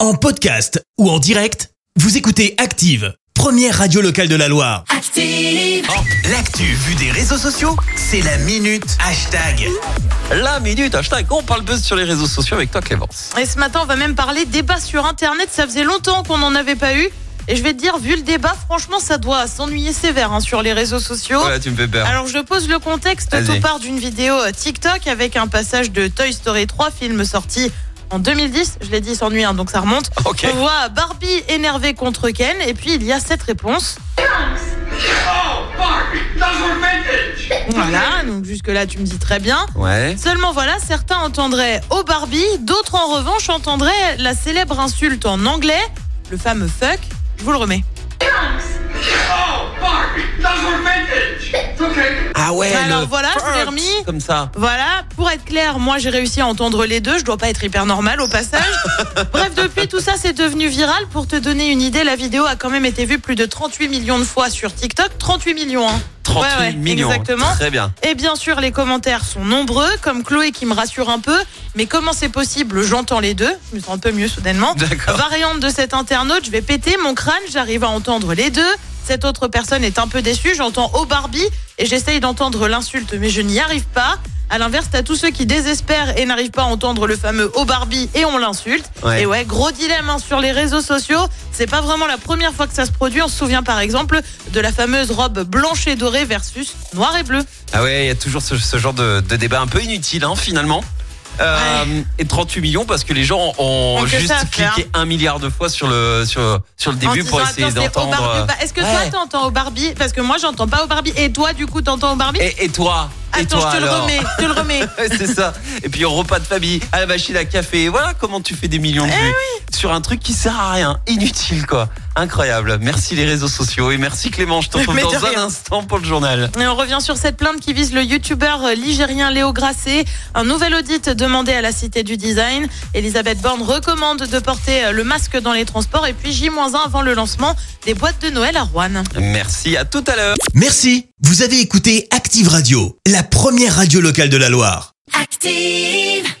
En podcast ou en direct, vous écoutez Active, première radio locale de la Loire. Active. Oh, L'actu vue des réseaux sociaux, c'est la minute hashtag. La minute, hashtag, on parle buzz sur les réseaux sociaux avec toi Clémence. Et ce matin, on va même parler débat sur Internet. Ça faisait longtemps qu'on n'en avait pas eu. Et je vais te dire, vu le débat, franchement, ça doit s'ennuyer sévère hein, sur les réseaux sociaux. Voilà, tu me fais peur. Alors, je pose le contexte. Vas-y. Tout part d'une vidéo euh, TikTok avec un passage de Toy Story 3, film sorti en 2010. Je l'ai dit, s'ennuie, hein, donc ça remonte. Ok. On voit Barbie énervée contre Ken. Et puis, il y a cette réponse. Oh, fuck! Those were vintage! Voilà, donc jusque-là, tu me dis très bien. Ouais. Seulement voilà, certains entendraient au Barbie, d'autres en revanche entendraient la célèbre insulte en anglais, le fameux fuck. Je vous le remets. Oh, fuck! Those were vintage! It's okay. Ah ouais. Bah, Alors le voilà, je l'ai fart, remis. Comme ça. Voilà, pour être clair, moi j'ai réussi à entendre les deux, je dois pas être hyper normal au passage. Bref, depuis tout ça c'est devenu viral. Pour te donner une idée, la vidéo a quand même été vue plus de 38 millions de fois sur TikTok. 38 millions, hein. 38 Ouais, ouais, millions. Exactement. Très bien. Et bien sûr, les commentaires sont nombreux, comme Chloé qui me rassure un peu. Mais comment c'est possible J'entends les deux. Je me sens un peu mieux soudainement. D'accord. Variante de cet internaute, je vais péter mon crâne, j'arrive à entendre les deux. Cette autre personne est un peu déçue, j'entends au Barbie et j'essaye d'entendre l'insulte, mais je n'y arrive pas. À l'inverse, t'as tous ceux qui désespèrent et n'arrivent pas à entendre le fameux au Barbie et on l'insulte. Ouais. Et ouais, gros dilemme hein, sur les réseaux sociaux. C'est pas vraiment la première fois que ça se produit. On se souvient par exemple de la fameuse robe blanche et dorée versus noir et bleu. Ah ouais, il y a toujours ce, ce genre de, de débat un peu inutile hein, finalement. Euh, Et 38 millions parce que les gens ont Ont que juste ça à faire. cliqué un milliard de fois sur le sur, sur le En début pour disant, essayer attends, c'est d'entendre. au Barbie ou euh, pas Est-ce que ouais. toi t'entends au Barbie Parce que moi j'entends pas au Barbie. Et toi du coup t'entends au Barbie Et, et toi Et Attends, toi je te alors le remets, je te le remets. Ouais, c'est ça. Et puis au repas de famille, à la machine à café. Voilà comment tu fais des millions de Eh vues sur un truc qui sert à rien, inutile quoi. Incroyable. Merci les réseaux sociaux et merci Clément. Je te retrouve Mais de dans un rien. instant pour le journal. Et on revient sur cette plainte qui vise le youtubeur euh, ligérien Léo Grasset. Un nouvel audit demandé à la Cité du Design. Elisabeth Borne recommande de porter euh, le masque dans les transports et puis J-1 avant le lancement des boîtes de Noël à Rouen. Merci. À tout à l'heure. Merci, vous avez écouté Active Radio, la première radio locale de la Loire. Active.